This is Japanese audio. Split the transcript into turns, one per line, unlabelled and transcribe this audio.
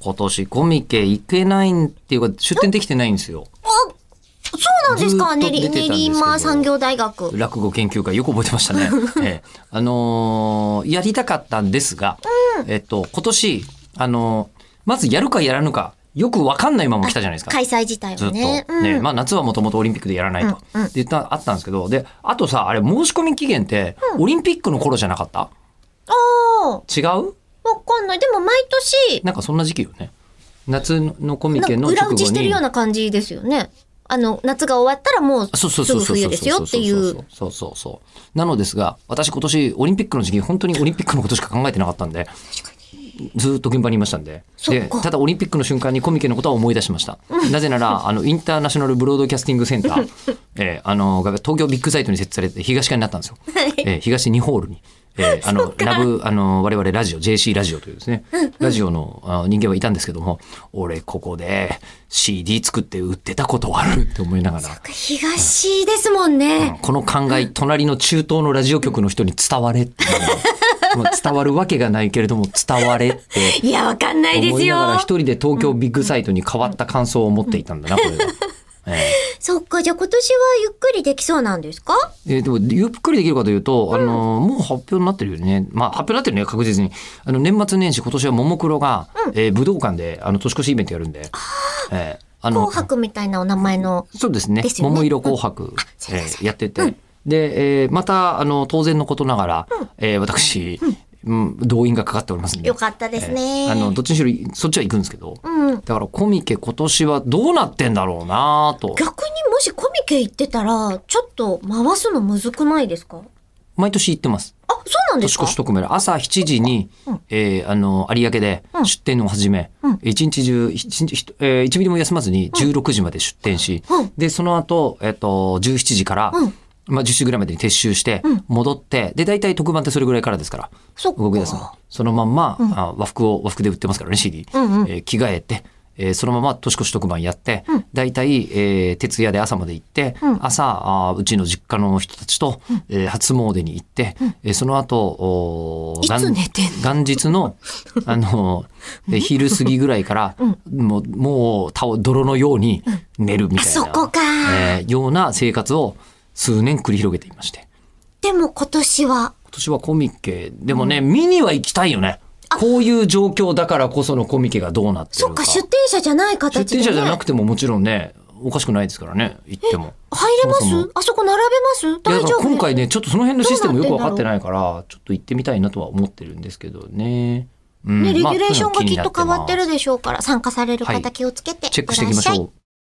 今年コミケ行けないんっていうか、出店できてないんですよ。
そうなんですか
ずー
練
っと出てたんですけど
り馬産業大学。
落語研究会よく覚えてました ね。ええあのーやりたかったんですが、えっと、今年、あのーまずやるかやらぬか、よくわかんないまま来たじゃないですか。
開催自体
ずっ
は
と。
ね
ね。
うん
まあ夏はもともとオリンピックでやらないと。
うんう
っ
ん
て言った、あったんですけど、で、あとさ、あれ申し込み期限って、オリンピックの頃じゃなかった
あー、
違う
わかんない。でも毎年、
なんかそんな時期よね。夏のコミ
な
ケ
んか
の
裏
直後
打ちしてる
に
よう。な感じですよね。あの、夏が終わったらもう
あそうそう
す
そう
ぐ
そうそう
冬
そう
です
そ
よ
う
っていう。
そうそうそうなのですが私今年オリンピックの時期本当にオリンピックのことしか考えてなかったんでずーっと現場にいましたんで
そっ
で
か
ただオリンピックの瞬間にコミケのことは思い出しましたなぜならあのインターナショナルブロードキャスティングセンター、えーあのが東京ビッグサイトに設置されて東館になったんですよ、えー東2ホールに。えーあのラブあの我々ラジオ JC ラジオというですねラジオのあ人間はいたんですけども俺ここで CD 作って売ってたことあるって思いながら
東ですもんね。
この考え、隣の中東のラジオ局の人に伝われっていうのが まあ伝わるわけがないけれども、伝われって。
いや、わかんないで
思
す
いながら
よ
一。人で東京ビッグサイトに変わった感想を持っていたんだな、これは。え
そっか、じゃあ今年はゆっくりできそうなんですか
ええーでも、ゆっくりできるかというと、あのー、もう発表になってるよね。まあ、発表になってるね、確実に。あの、年末年始、今年はももクロが、えー武道館で、あの、年越しイベントやるんで。えーあ
紅白みたいなお名前の。
そうですね。
ですよね
桃色紅白、
そう
え
だ
ーやってて。で、えーまた、あの、当然のことながら、えー私、うん、動員がかかっておりますんで。
よかったですね。
えーあの、どっちにしろ、そっちは行くんですけど。
うん。
だからコミケ今年はどうなってんだろうなと。
逆にもしコミケ行ってたら、ちょっと回すのむずくないですか
毎年行ってます。
あ、そうなんで
年
すか
越し特命。朝7時に、えーあの、有明で
ん
出店を始め、
うん
一日中、一日、えー一ミリも休まずに16時まで出店し、
うん
で、その後、えっ、と、17時から、
うん
まあ、10時ぐらいまでに撤収して
うん、
戻って、で、大体特番ってそれぐらいからですから、
そっか。
動き出すの。そのまんま、あ和服を、和服で売ってますからね、CD。
うんうん
えー着替えて、えーそのまま年越し特番やって、
うん
大体、えー徹夜で朝まで行って、
うん
朝あーうちの実家の人たちと、えー初詣に行って、えーその後おー
いつ
元
寝てん
元日 のあのーえー昼過ぎぐらいから、もうもう倒泥のように寝るみたいな、
そこか
えーような生活を数年繰り広げていまして
でも今年は、
今年はコミケでもね、見には行きたいよねこういう状況だからこそのコミケがどうなってる
そ
か
っか、出店者じゃな
出
い形で、ね。
店者じゃなくてももちろんねおかしくないですからね行っても。
入れます
そもそも
あそこ並べます
いや
大
だか
丈
ら
夫
今回ねちょっとその辺のシステムよく
どう
分
な
か
っ
ってて
ん
ないからちょっと行ってみたいなとは思ってるんですけどね。うん
ね、レギ
まあ
ュレーションが
そうい
き
うの
っと
気
変
にな
わってる
ます
でしょうから、参加される
は
方
い
気をつけて、
チェックしていきまし
いらっゃ
ょう。